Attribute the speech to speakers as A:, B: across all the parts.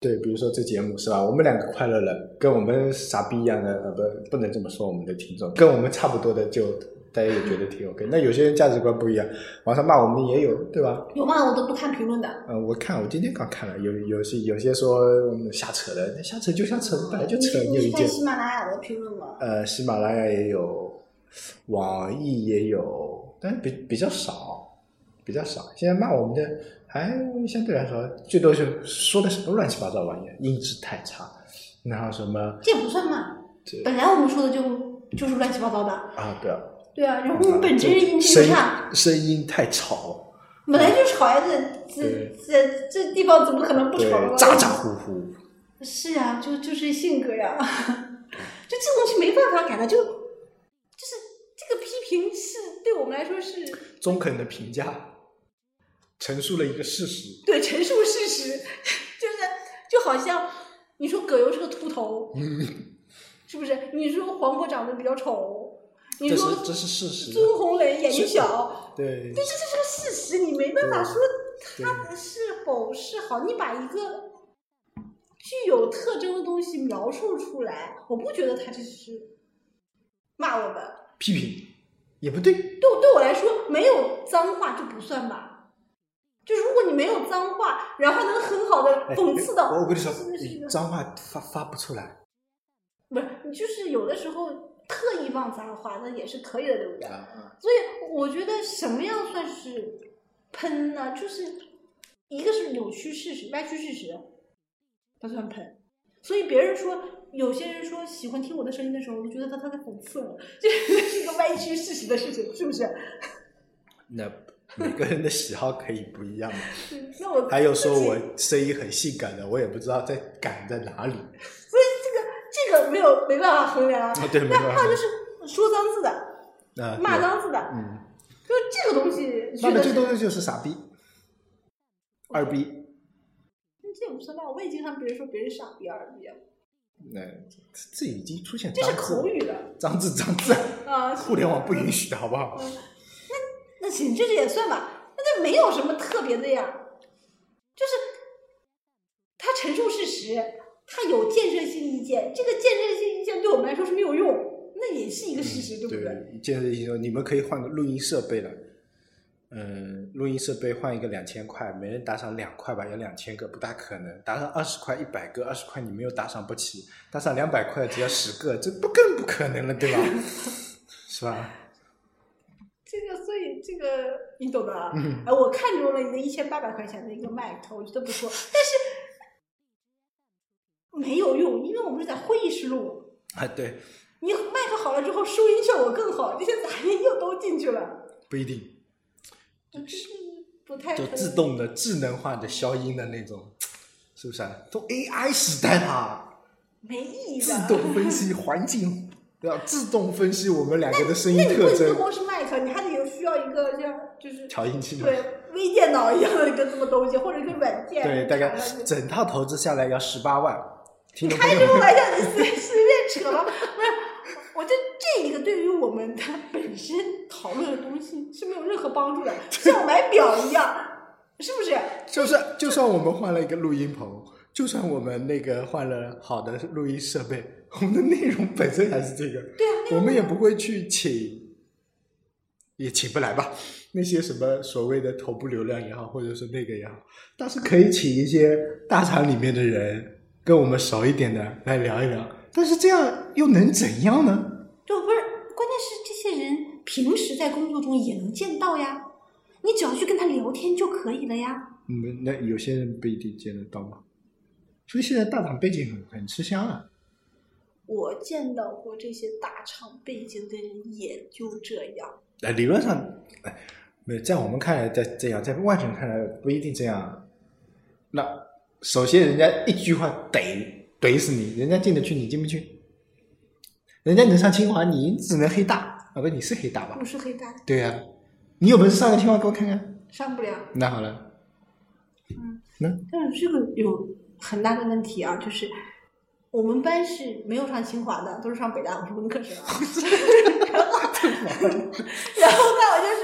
A: 对，比如说这节目是吧？我们两个快乐了，跟我们傻逼一样的，呃，不，不能这么说我们的听众，跟我们差不多的就大家也觉得挺 OK。那有些人价值观不一样，网上骂我们也有，对吧？
B: 有骂我都不看评论的，
A: 嗯、我看我今天刚看了，有有些有些说嗯瞎扯的，那瞎扯就瞎扯，本来就
B: 你
A: 扯，
B: 是
A: 你
B: 你
A: 有
B: 是
A: 意
B: 看
A: 见？
B: 喜马拉雅的评论吗？
A: 呃，喜马拉雅也有，网易也有，但是比比较少，比较少。现在骂我们的还相对来说，最多是说的什么乱七八糟玩意儿，音质太差，然后什么
B: 这也不算骂，
A: 这
B: 本来我们说的就就是乱七八糟的，
A: 啊，对啊，
B: 对啊，然后我们本身音质
A: 声
B: 就
A: 音
B: 差，
A: 声音太吵，
B: 本来就吵呀，这
A: 对
B: 这这这地方怎么可能不
A: 对
B: 吵呢？，
A: 咋咋呼呼，
B: 是呀、就就是性格呀、 就这东西没办法改的，就就是这个批评是对我们来说是
A: 中肯的评价，陈述了一个事实，
B: 对陈述事实， 就是就好像你说葛优是个秃头，
A: 嗯
B: 是不是？你说黄渤长得比较丑，你
A: 这
B: 说
A: 是这是事实，啊
B: 孙红雷眼睛小，
A: 对
B: 对，这这是个事实，你没办法说
A: 对
B: 它是否是好。你把一个具有特征的东西描述出来，我不觉得他这是骂我们。
A: 批评也不对。
B: 对我对我来说，没有脏话就不算吧。就如果你没有脏话，然后能很好的
A: 哎
B: 讽刺到，
A: 我我跟你说嗯哎
B: 是不是一个，
A: 脏话发发不出来
B: 不是你就是有的时候特意放脏话，那也是可以的，对不对？
A: 啊！
B: 所以我觉得什么样算是喷呢？就是一个是扭曲事实、歪曲事实，它算喷。所以别人说，有些人说喜欢听我的声音的时候，我就觉得他他在讽刺我，这是一 个歪曲事实的事情，是不是？
A: 那每个人的喜好可以不一样嘛。
B: 嗯那我
A: 还有说
B: 自己
A: 我声音很性感的，我也不知道在感在哪里。
B: 所以这个这个没有没办法衡量啊。
A: 啊，对，没
B: 那
A: 办
B: 还有
A: 法。
B: 就是说脏字的、
A: 啊，对
B: 骂，脏字的，
A: 嗯，
B: 就是这个东西
A: 骂的
B: 觉得
A: 最
B: 是
A: 多的就是傻逼、二逼。
B: 嗯这也不算啊骂，我也经常别人说别人傻逼二逼啊，
A: 那这已经出现
B: 这
A: 脏
B: 是
A: 字
B: 口，语的
A: 脏字，脏字，
B: 啊。
A: 互联网不允许的好不好？
B: 那行，这也算吧，那就没有什么特别的呀，就是他陈述事实，他有建设性意见，这个建设性意见对我们来说是没有用，那也是一个事实，对不对？
A: 嗯对，建设性说你们可以换个录音设备了。嗯，录音设备换一个两千块，每人打赏两块吧，有两千个不大可能。打赏二十块、一百个，二十块你们又打赏不起，打赏两百块只要十个，这不更不可能了，对 吧？是吧？
B: 这个，所以这个你懂的啊。
A: 嗯
B: 哎，我看中了你的一千八百块钱的一个麦克，我觉得不错，但是没有用，因为我们是在会议室录，
A: 啊，对，
B: 你麦克好了之后，收音效果更好，这些杂音又都进去了，
A: 不一定，
B: 就这是不太
A: 就
B: 可能
A: 自动的、智能化的消音的那种，是不是啊？都 AI 时代啦，
B: 没意义的。
A: 自动分析环境，对吧？自动分析我们两个的声音
B: 那你不
A: 特
B: 仅不
A: 征，
B: 光是麦克，你还得有需要一个像就是
A: 调音器嘛。
B: 对微电脑一样的一个什么东西，或者一个软件。
A: 对，大概
B: 你查了就
A: 整套投资下来要十八万。听
B: 你
A: 众
B: 开
A: 朋
B: 这
A: 友们，
B: 种玩笑，你随 随便扯吧。不是，我就这一个对于我们的本身讨论的东西是没有任何帮助的，像买表一样，是不是？
A: 就算就算我们换了一个录音棚，就算我们那个换了好的录音设备，我们的内容本身还是这个，
B: 对啊，
A: 我们也不会去请，也请不来吧？那些什么所谓的头部流量也好，或者是那个也好，但是可以请一些大厂里面的人跟我们熟一点的来聊一聊。但是这样又能怎样呢？
B: 就不是，关键是这些人平时在工作中也能见到呀，你只要去跟他聊天就可以了呀。
A: 嗯，那有些人不一定见得到嘛。所以现在大厂背景很很吃香啊。
B: 我见到过这些大厂背景的人，也就这样。
A: 呃，理论上，哎，没有在我们看来在这样，在外省看来不一定这样啊。那首先人家一句话怼怼死你，人家进得去你进不去，人家能上清华你只能黑大啊，不你是黑大吧
B: 不？是黑大，
A: 对呀、你有本事上个清华给我看看。
B: 上不了。
A: 那好了，
B: 但是这个有很大的问题啊，就是我们班是没有上清华的，都是上北大，我是文科生啊。 然后，然后呢，我就是，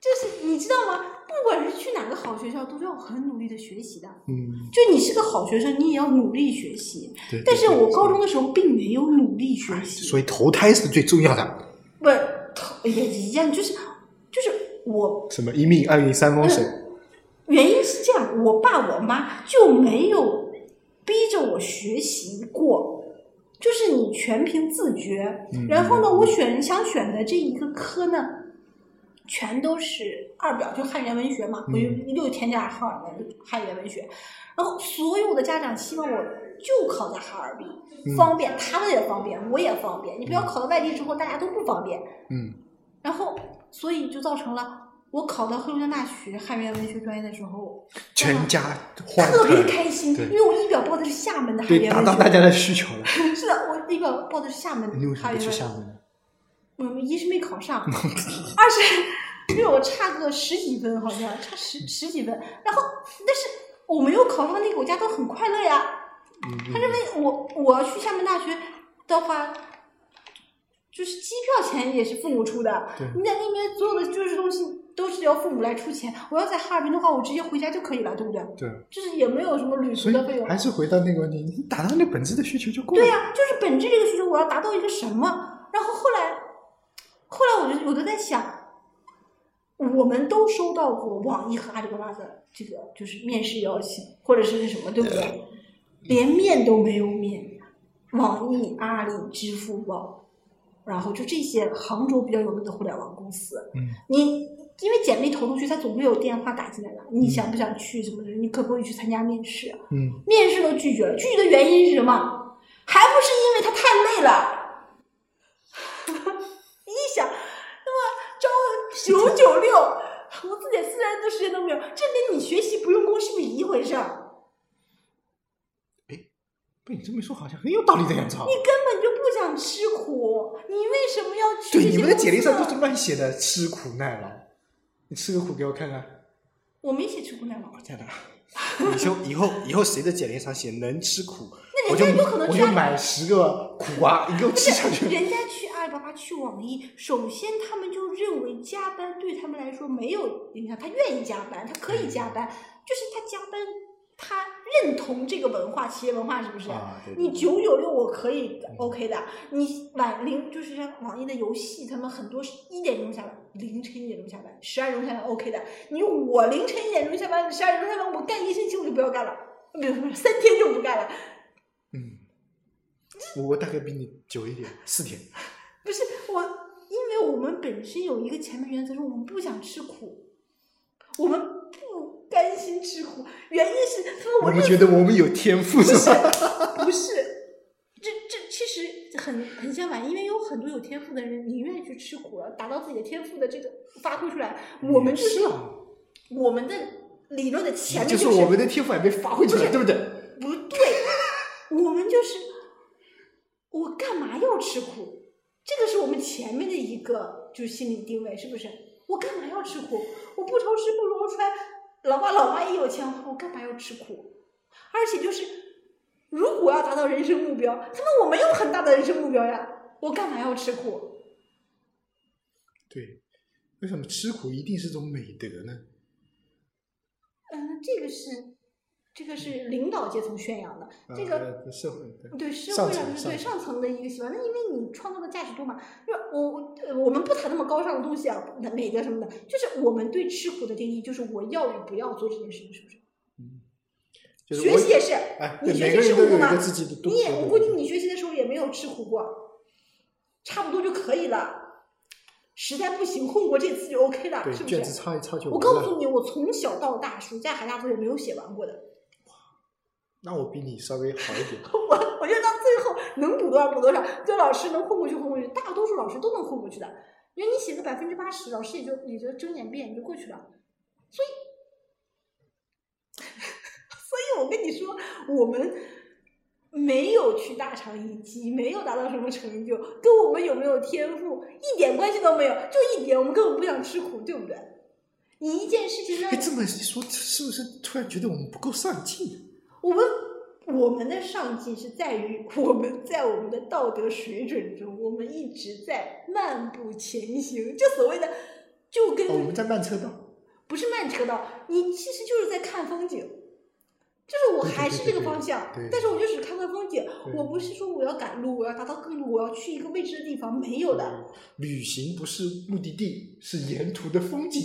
B: 就是你知道吗？不不管是去哪个好学校，都是要很努力的学习的。
A: 嗯，
B: 就你是个好学生，你也要努力学习。
A: 对。
B: 但是
A: 对
B: 我高中的时候并没有努力学习，
A: 所以投胎是最重要的，
B: 不头也一样，就是就是我
A: 什么一命二运三风水，
B: 原因是这样，我爸我妈就没有逼着我学习过，就是你全凭自觉。
A: 嗯
B: 然后呢，我选想选的这一个科呢，全都是二表，就汉语言文学嘛，
A: 嗯
B: 我就一溜填加哈尔文汉语言文学。然后所有的家长希望我就考在哈尔滨，
A: 嗯
B: 方便，他们也方便，我也方便。你不要考到外地之后，大家都不方便。
A: 嗯
B: 然后，所以就造成了我考到黑龙江大学汉语言文学专业的时候，
A: 全家欢
B: 特别
A: 腾，
B: 开心，
A: 对
B: 因为我一表报的是厦门的汉语
A: 对，
B: 言
A: 达
B: 文
A: 到大
B: 学。
A: 家的需求了。
B: 是的，我一表报的是厦门
A: 你为什
B: 汉
A: 么不
B: 语言
A: 去
B: 文学
A: 厦。门呢？
B: 嗯，一是没考 上，二是因为我差个十几分，好像差十十几分。然后，但是我没有考上那个，我家都很快乐呀。
A: 嗯
B: 他认为我我要去厦门大学的话，就是机票钱也是父母出的
A: 对，
B: 你在那边所有的就是东西都是要父母来出钱。我要在哈尔滨的话，我直接回家就可以了，对不对？
A: 对，
B: 就是也没有什么旅
A: 所
B: 途的费
A: 以
B: 用
A: 嗯还。是回到那个问题，你达到那本质的需求就够了。
B: 对呀、就是本质这个需求，我要达到一个什么？然后后来，后来我就我就在想，我们都收到过网易和阿里巴巴的这个就是面试邀请，或者是什么，对不对？连面都没有面，网易、阿里、支付宝，然后就这些杭州比较有名的互联网公司，
A: 嗯
B: 你因为简历投出去，他总会有电话打进来的，你想不想去什么的？你可不可以去参加面试？
A: 嗯，
B: 面试都拒绝了，拒绝的原因是什么？还不是因为他太累了。 你想，那么招九九六，我自己四然多时间都没有，这跟你学习不用功是不是一回事儿？
A: 被你这么一说，好像很有道理的样子啊。
B: 你根本就不想吃苦，你为什么要去？
A: 对，你们的简历上都是。乱写的，吃苦耐劳。你吃个苦给我看看。
B: 我没写吃苦耐劳，
A: 我天哪！以后以后以后谁的简历上写能吃苦，
B: 那
A: 我
B: 人家
A: 就
B: 有可能
A: 我
B: 去
A: 就
B: 阿里
A: 买十个苦瓜，一个
B: 不
A: 吃下
B: 是
A: 去。
B: 人家去阿里巴巴、去网易，首先他们就认为加班对他们来说没有影响，他愿意加班，他可
A: 嗯
B: 以加班，就是他加班，他认同这个文化，企业文化是不是？
A: 啊，对
B: 你
A: 对，嗯
B: 九九六我可以 OK 的，你晚零就是像网易的游戏，他们很多是一点钟下班，凌晨一点钟下班，十二点钟下班 OK 的。你我凌晨一点钟下班，十二点钟下班，我干一星期我就不要干了，不是不是三天就不干了。
A: 嗯，我我大概比你久一点，四天。
B: 不是我，因为我们本身有一个前面原则，是我们不想吃苦，我们不甘心吃苦。原因是因为
A: 我
B: 我认
A: 们觉得我们有天赋是吧？
B: 不是，这这其实很很相反，因为有很多有天赋的人宁愿去吃苦了，达到自己的天赋的这个发挥出来。我们就是
A: 是啊，
B: 我们的理论的前面
A: 就是
B: 是
A: 我们的天赋还没发挥出来，对不对？
B: 不对，我们就是我干嘛要吃苦？这个是我们前面的一个就是心理定位，是不是？我干嘛要吃苦？我不愁吃不愁穿，老爸老妈也有钱花，我干嘛要吃苦？而且就是，如果要达到人生目标，他妈我没有很大的人生目标呀，我干嘛要吃苦？
A: 对，为什么吃苦一定是种美德呢？
B: 嗯，这个是，这个是领导阶层宣扬的，这个
A: 呃社会对
B: 对社
A: 上
B: 会上
A: 层
B: 就是
A: 上
B: 对上层的一个习惯，那因为你创造的价值多嘛，就是我我呃我们不谈那么高尚的东西啊，美德什么的，就是我们对吃苦的定义就是我要与不要做这件事情，是不是？
A: 就是
B: 学
A: 我
B: 习也是，
A: 哎，
B: 你
A: 对，每
B: 学
A: 个
B: 习吃
A: 人都
B: 苦
A: 有
B: 过
A: 一
B: 吗
A: 个？自己的度。
B: 你也
A: 对
B: 我
A: 对
B: 估计
A: 对
B: 你学习的时候也没有吃苦过，差不多就可以了，实在不行混过这次就 OK 了，
A: 对
B: 是不
A: 卷子
B: 是？
A: 抄一抄就
B: 我
A: 完
B: 告
A: 了。
B: 诉你，我从小到大暑假寒假作业没有写完过的，
A: 那我比你稍微好一 点。
B: 我我觉得到最后能补多少补多少，就老师能混过去混过去，大多数老师都能混过去的。因为你写个百分之八十，老师也就也就睁眼闭眼就过去了。所 以，所以我跟你说，我们没有去大厂一击，没有达到什么成就，跟我们有没有天赋一点关系都没有，就一点，我们根本不想吃苦，对不对？你一件事情让
A: 哎，这么一说，是不是突然觉得我们不够上进？
B: 我们我们的上进是在于我们在我们的道德水准中，我们一直在漫步前行，就所谓的就跟
A: 哦哦我们在慢车道。
B: 不是慢车道，你其实就是在看风景。就是我还是这个方向，
A: 对对对对对
B: 但是我就只看看风景，
A: 对
B: 我不是说我要赶路，我要达到更路，我要去一个未知的地方，没有的。
A: 旅行不是目的地，是沿途的风景。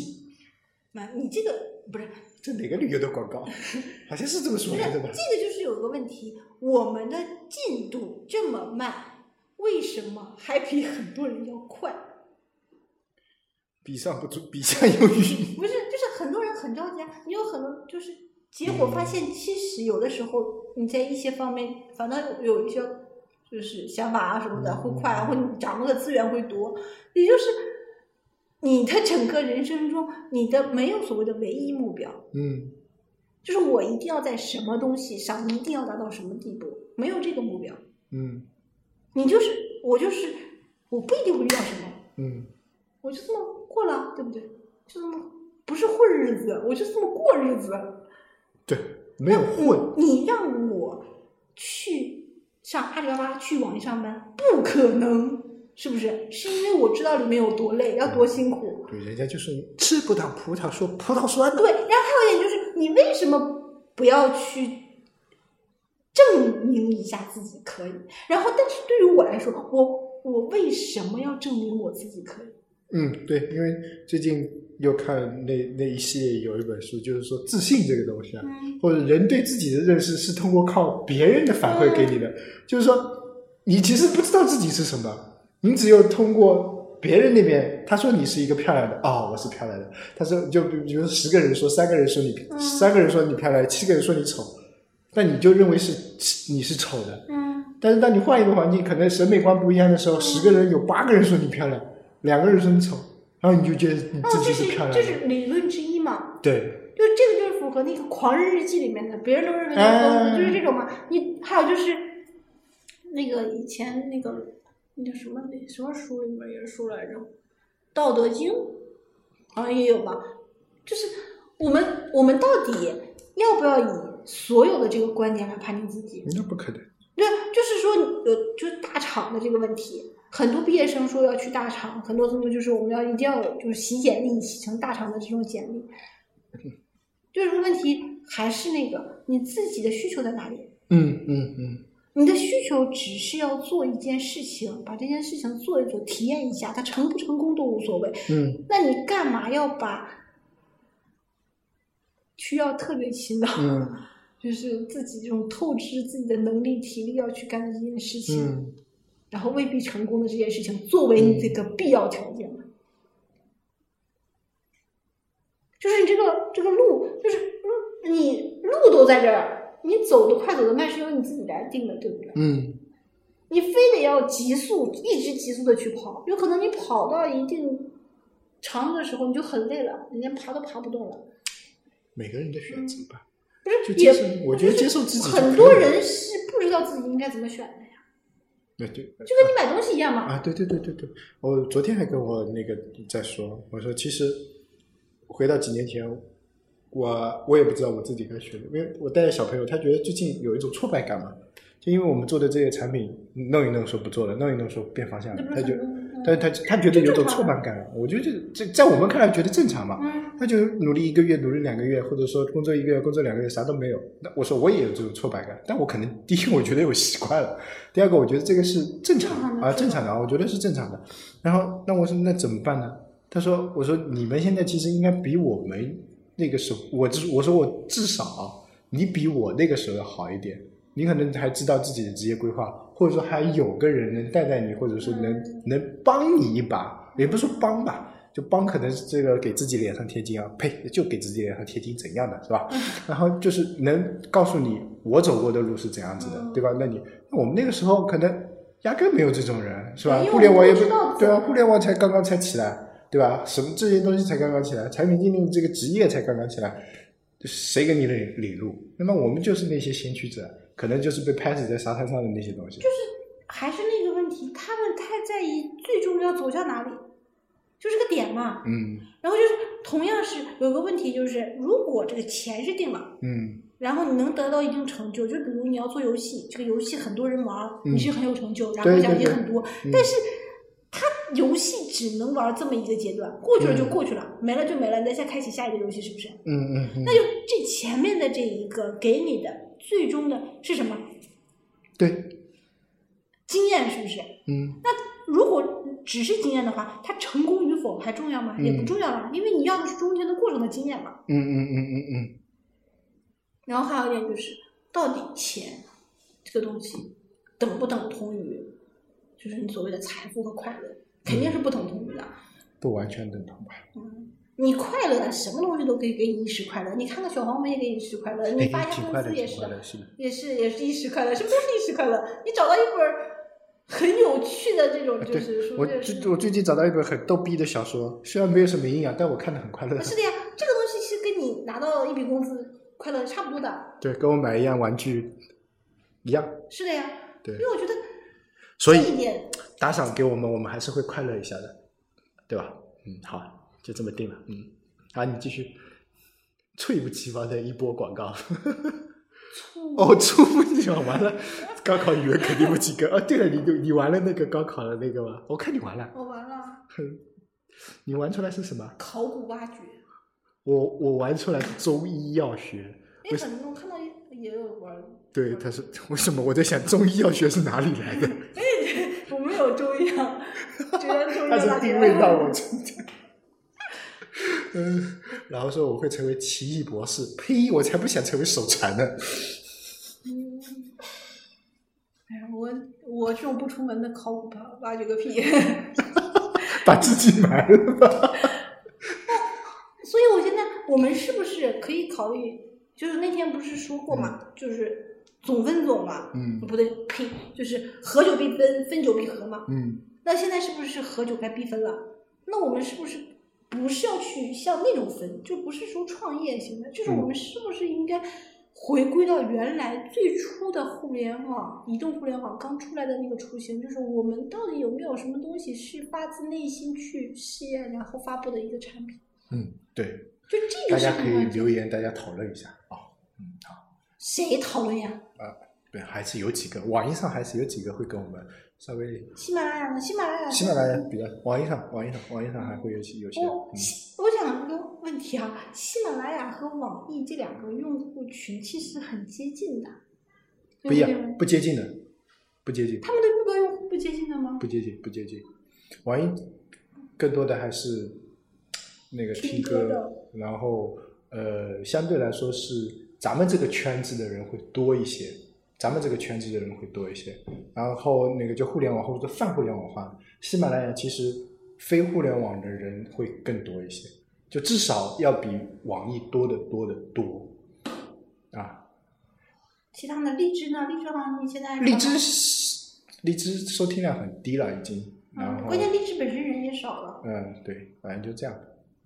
B: 妈，你这个不是
A: 这哪个旅游的广告？ 好像是这么说
B: 不是
A: 来
B: 这
A: 的吧？
B: 个就是有一个问题，我们的进度这么慢，为什么还比很多人要快？
A: 比上不足，比下有余。
B: 不是，就是很多人很着急啊，你有很多就是结果发现，其实有的时候你在一些方面反倒有有一些就是想法啊什么的会快啊，或者你掌握的资源会多，也就是你的整个人生中，你的没有所谓的唯一目标，
A: 嗯，
B: 就是我一定要在什么东西上一定要达到什么地步，没有这个目标，
A: 嗯
B: 你就是我就是我不一定会遇到什么，
A: 嗯，
B: 我就这么过了，对不对？就这么不是混日子，我就这么过日子。
A: 对，没有混，
B: 你让我去上阿里巴巴去网易上班，不可能，是不是？是因为我知道里面有多累，要多辛苦。
A: 对，人家就是吃不到葡萄说葡萄酸的。
B: 对，然后还有一点就是，你为什么不要去证明一下自己可以？然后，但是对于我来说，我我为什么要证明我自己可以？
A: 嗯，对，因为最近又看那那一系列有一本书，就是说自信这个东西啊，
B: 嗯
A: 或者人对自己的认识是通过靠别人的反馈给你的，就是说你其实不知道自己是什么，你只有通过别人那边，他说你是一个漂亮的，哦，我是漂亮的，他说就比比如说十个人说，三个人说你、
B: 嗯
A: 三个人说你漂亮，七个人说你丑，但你就认为是你是丑的，
B: 嗯
A: 但是当你换一个环境，可能审美观不一样的时候，十个人有八个人说你漂亮，两个人说你丑，然后你就觉得你
B: 哦
A: 自，己
B: 这
A: 是
B: 是
A: 漂亮的，
B: 这是理论之一嘛？
A: 对，
B: 就这个就是符合那个《狂人日记》里面的，别人都认为你
A: 哎
B: 疯子，就是这种嘛。你还有就是那个以前那个那叫什么那什么书里面也是书来着，《道德经》好像也有吧。就是我们我们到底要不要以所有的这个观点来判定自己？
A: 那不可能，
B: 对，就是说有就是大厂的这个问题，很多毕业生说要去大厂，很多同学就是我们要一定要有就是洗简历，洗成大厂的这种简历。就是说问题还是那个你自己的需求在哪里？
A: 嗯嗯嗯，
B: 你的需求只是要做一件事情，把这件事情做一做，体验一下，它成不成功都无所谓。
A: 嗯
B: 那你干嘛要把需要特别勤劳，
A: 嗯
B: 就是自己这种透支自己的能力、体力要去干的这件事情？
A: 嗯。
B: 然后未必成功的这件事情作为你这个
A: 嗯
B: 必要条件嘛就是你这个这个路，就是嗯你路都在这儿，你走得快走得慢是由你自己来定的，对不对？
A: 嗯
B: 你非得要急速，一直急速的去跑，有可能你跑到一定长度的时候你就很累了，你连爬都爬不动了。，
A: 每个人的选择吧，
B: 不是
A: 就
B: 也
A: 接受，我觉得接受自己就可以了。
B: 很多人是不知道自己应该怎么选的呀，
A: 对对
B: 就跟你买东西一样嘛。
A: 啊，对对对对对，我昨天还跟我那个在说，我说其实回到几年前，我我也不知道我自己该学的，因为我带着小朋友，他觉得最近有一种挫败感嘛，就因为我们做的这些产品弄一弄说不做了，弄一弄说变方向了
B: 这，不
A: 他
B: 是
A: 就
B: 很多嗯
A: 但他他觉得有种挫败感，我觉得这这在我们看来觉得正常嘛，
B: 嗯。
A: 那就努力一个月，努力两个月，或者说工作一个月，工作两个月，啥都没有。那我说我也有这种挫败感，但我可能第一，我觉得我习惯了；第二个，我觉得这个是正常
B: 正常
A: 的
B: 的
A: 啊，
B: 是
A: 正常的啊，我觉得是正常的。然后那我说那怎么办呢？他说我说你们现在其实应该比我们那个时候，我至我说我至少啊你比我那个时候要好一点，你可能还知道自己的职业规划，或者说还有个人能带带你，或者说能、
B: 嗯
A: 能帮你一把，也不是说帮吧，就帮可能是这个给自己脸上贴金啊，呸，就给自己脸上贴金怎样的是吧？
B: 嗯
A: 然后就是能告诉你我走过的路是怎样子的，
B: 嗯
A: 对吧？那你那我们那个时候可能压根没有这种人，是吧
B: 对因？为
A: 互联网也
B: 我
A: 不
B: 们不知道
A: 对啊，互联网才刚刚才起来，对吧？什么这些东西才刚刚起来，产品经理这个职业才刚刚起来，谁给你领领路？那么我们就是那些先驱者，可能就是被拍死在沙滩上的那些东西。
B: 还是那个问题，他们太在意最终要走向哪里，就是个点嘛。
A: 嗯
B: 然后就是同样是有一个问题，就是如果这个钱是定了，
A: 嗯
B: 然后你能得到一定成就，就比如你要做游戏，这个游戏很多人玩儿，
A: 嗯
B: 你是很有成就，然
A: 对
B: 后
A: 对
B: 奖金
A: 对
B: 很多，
A: 嗯
B: 但是他游戏只能玩这么一个阶段，过去了就过去了，没了就没了，你再下开启下一个游戏是不是？
A: 嗯嗯嗯
B: 那，就这前面的这一个给你的最终的是什么
A: 对，
B: 经验是不是？
A: 嗯
B: 如果只是经验的话，它成功与否还重要吗？
A: 嗯
B: 也不重要了，因为你要的是中间的过程的经验嘛。
A: 嗯嗯嗯嗯嗯，
B: 然后还有一点就是，到底钱这个东西等不等同于，就是你所谓的财富和快乐，肯定是不等同于的。
A: 不完全等同吧。
B: 嗯，你快乐，什么东西都可以给你一时快乐。你看看小黄梅也给你一时 快乐，你
A: 哎
B: 发一
A: 挺
B: 下
A: 快
B: 工
A: 的，
B: 资也
A: 挺
B: 是
A: 快，的，是的。
B: 也是也是一时快乐，什么都是一时快乐。你找到一本儿很有趣的这啊种，就
A: 哎对
B: 是说
A: 我
B: 这
A: 最我最近找到一本很逗逼的小说，虽然没有什么营养，但我看的很快乐。
B: 是的呀，这个东西其实跟你拿到一笔工资快乐差不多的，
A: 对，跟我买一样玩具一样。
B: 是的呀。
A: 对
B: 因为我觉得
A: 所
B: 这
A: 以
B: 一点，
A: 打赏给我们，我们还是会快乐一下的，对吧？嗯，好，就这么定了。嗯，好，你继续。猝不及防的一波广告，哦，猝不及防完了，高考语文肯定不及格。哦，对了，你你你玩了那个高考的那个吗？我看你玩了，
B: 我哦完了，
A: 你玩出来是什么？
B: 考古挖掘，
A: 我我玩出来是中医药学。
B: 哎，反正我看到也也有玩儿，
A: 对，他是 为什么？我在想中医药学是哪里来的？
B: 我没有周一啊，只能 周一
A: 他
B: 啊
A: 是
B: 大
A: 定
B: 学
A: 位到我中间。 嗯，然后说我会成为奇异博士，呸！我才不想成为手残呢。
B: 嗯哎呀，我我这种不出门的考古吧，挖掘个屁！
A: 把自己埋了吧。
B: 所以我现在我们是不是可以考虑？就是那天不是说过嘛，就是总分总嘛，
A: 嗯
B: 不对，呸，就是合久必分，分久必合嘛。
A: 嗯，
B: 那现在是不是合久该必分了？那我们是不是不是要去像那种分，就不是说创业型的，就是
A: 嗯
B: 我们是不是应该回归到原来最初的互联网、移动互联网刚出来的那个雏形？就是我们到底有没有什么东西是发自内心去试验，然后发布的一个产品？
A: 嗯，对，
B: 就
A: 大
B: 这个是
A: 家可以
B: 很关键。
A: 留言，大家讨论一下啊、嗯，好，
B: 谁讨论呀？
A: 对，还是有几个，网易上还是有几个会跟我们稍微。
B: 喜马拉雅呢？喜马拉雅？
A: 喜马拉雅比较，网易上，网易上，网易上还会有些有些，
B: 我
A: 嗯，
B: 喜我想一个问题啊，喜马拉雅和网易这两个用户群其实很接近的，
A: 不
B: 对
A: 一
B: 对
A: 样，不接近的，不接近。
B: 他们的目标用户不接近的吗？
A: 不接近，不接近。网易更多的还是那个听
B: 听歌
A: 歌
B: 的，
A: 然后呃，相对来说是咱们这个圈子的人会多一些，咱们这个圈子的人会多一些。然后那个就互联网或者泛互联网化，喜马拉雅其实非互联网的人会更多一些，就至少要比网易多得多得多啊。
B: 其他的荔枝呢？荔枝好像你现在
A: 荔枝是荔枝收听量很低了已经，然
B: 嗯，
A: 后
B: 关键荔枝本身人也少了。
A: 嗯，对，反正就这样。